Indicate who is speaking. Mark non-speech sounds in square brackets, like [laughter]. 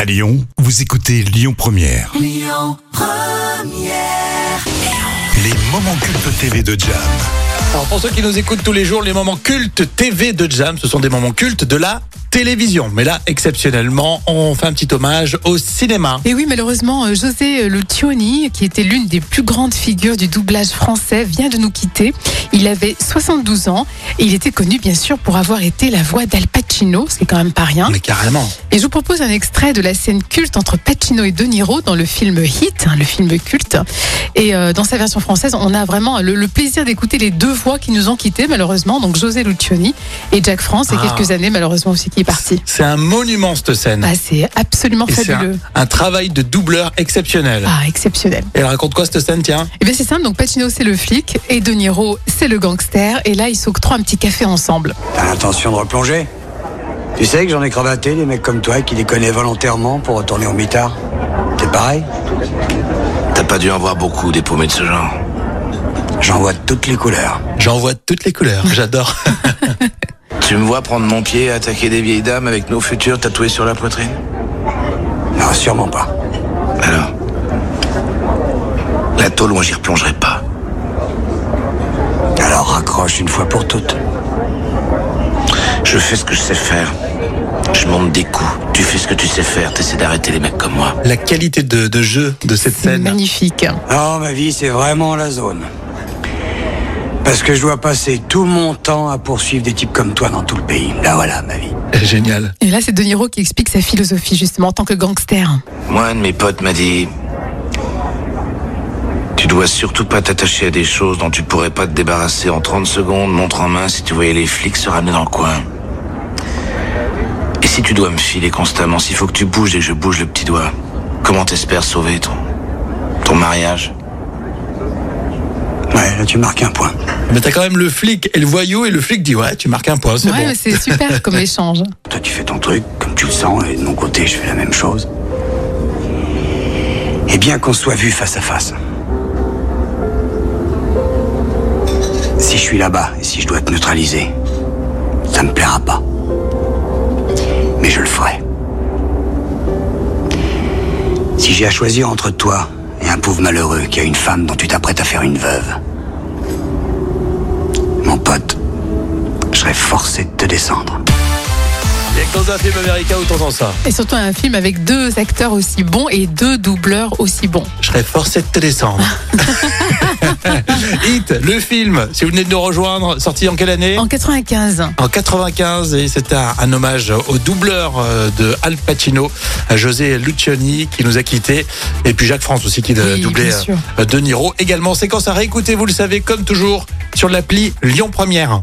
Speaker 1: À Lyon, vous écoutez Lyon Première. Les moments cultes TV de Jam.
Speaker 2: Alors pour ceux qui nous écoutent tous les jours, les moments cultes TV de Jam, ce sont des moments cultes de la télévision. Mais là, exceptionnellement, on fait un petit hommage au cinéma.
Speaker 3: Et oui, malheureusement, euh, José Lucioni, qui était l'une des plus grandes figures du doublage français, vient de nous quitter. Il avait 72 ans et il était connu, bien sûr, pour avoir été la voix d'Al Pacino, ce qui est quand même pas rien.
Speaker 2: Mais carrément.
Speaker 3: Et je vous propose un extrait de la scène culte entre Pacino et De Niro dans le film Hit, hein, le film culte. Et euh, dans sa version française, on a vraiment le, le plaisir d'écouter les deux voix qui nous ont quittés, malheureusement, donc José Lucioni et Jack France, et
Speaker 2: Ah.
Speaker 3: quelques années, malheureusement, aussi, qui est parti.
Speaker 2: C'est un monument cette scène.
Speaker 3: Ah, c'est absolument
Speaker 2: Et c'est
Speaker 3: fabuleux.
Speaker 2: un, un travail de doubleur exceptionnel.
Speaker 3: Ah, exceptionnel.
Speaker 2: Et elle raconte quoi cette scène, tiens
Speaker 3: Eh bien, c'est simple. Donc, Pacino, c'est le flic et De Niro, c'est le gangster. Et là, ils s'octroient un petit café ensemble.
Speaker 4: T'as l'intention de replonger Tu sais que j'en ai cravaté des mecs comme toi qui les connaissent volontairement pour retourner en mitard. C'est pareil
Speaker 5: T'as pas dû en voir beaucoup des paumés de ce genre.
Speaker 4: J'en vois de toutes les couleurs.
Speaker 2: J'en vois de toutes les
Speaker 3: [laughs]
Speaker 2: couleurs, j'adore.
Speaker 5: Tu me vois prendre mon pied et attaquer des vieilles dames avec nos futurs tatoués sur la poitrine
Speaker 4: Non, sûrement pas.
Speaker 5: Alors La tôle, moi j'y replongerai pas.
Speaker 4: Alors raccroche une fois pour toutes.
Speaker 5: Je fais ce que je sais faire. Je monte des coups. Tu fais ce que tu sais faire, t'essaies d'arrêter les mecs comme moi.
Speaker 2: La qualité de, de jeu de cette
Speaker 3: C'est
Speaker 2: scène.
Speaker 3: magnifique.
Speaker 4: Non, ma vie, c'est vraiment la zone. Parce que je dois passer tout mon temps à poursuivre des types comme toi dans tout le pays. Là, voilà, ma vie.
Speaker 2: Génial.
Speaker 3: Et là, c'est De Niro qui explique sa philosophie, justement, en tant que gangster.
Speaker 5: Moi, un de mes potes m'a dit... Tu dois surtout pas t'attacher à des choses dont tu pourrais pas te débarrasser en 30 secondes, montre en main, si tu voyais les flics se ramener dans le coin. Et si tu dois me filer constamment, s'il faut que tu bouges et que je bouge le petit doigt, comment t'espères sauver ton... ton mariage
Speaker 4: Ouais, là, tu marques un point.
Speaker 2: Mais t'as quand même le flic et le voyou, et le flic dit Ouais, tu marques un point, c'est
Speaker 3: Ouais,
Speaker 2: bon.
Speaker 3: mais c'est super
Speaker 2: [laughs]
Speaker 3: comme échange.
Speaker 4: Toi, tu fais ton truc comme tu le sens, et de mon côté, je fais la même chose. Et bien qu'on soit vu face à face. Si je suis là-bas et si je dois te neutraliser, ça me plaira pas. Mais je le ferai. Si j'ai à choisir entre toi et un pauvre malheureux qui a une femme dont tu t'apprêtes à faire une veuve, mon pote, je serais forcé de te descendre.
Speaker 2: Il y a que dans un film américain où t'entends ça.
Speaker 3: Et surtout, un film avec deux acteurs aussi bons et deux doubleurs aussi bons.
Speaker 2: Je serais forcé de te
Speaker 3: [laughs]
Speaker 2: descendre. Hit, le film, si vous venez de nous rejoindre, sorti en quelle année
Speaker 3: En 95.
Speaker 2: En 95, et c'était un, un hommage au doubleur euh, de Al Pacino, à José Luciani, qui nous a quittés, et puis Jacques France aussi, qui a
Speaker 3: Oui,
Speaker 2: doublé
Speaker 3: bien sûr.
Speaker 2: euh, De Niro. Également, séquence à réécouter, vous le savez, comme toujours, sur l'appli Lyon Première.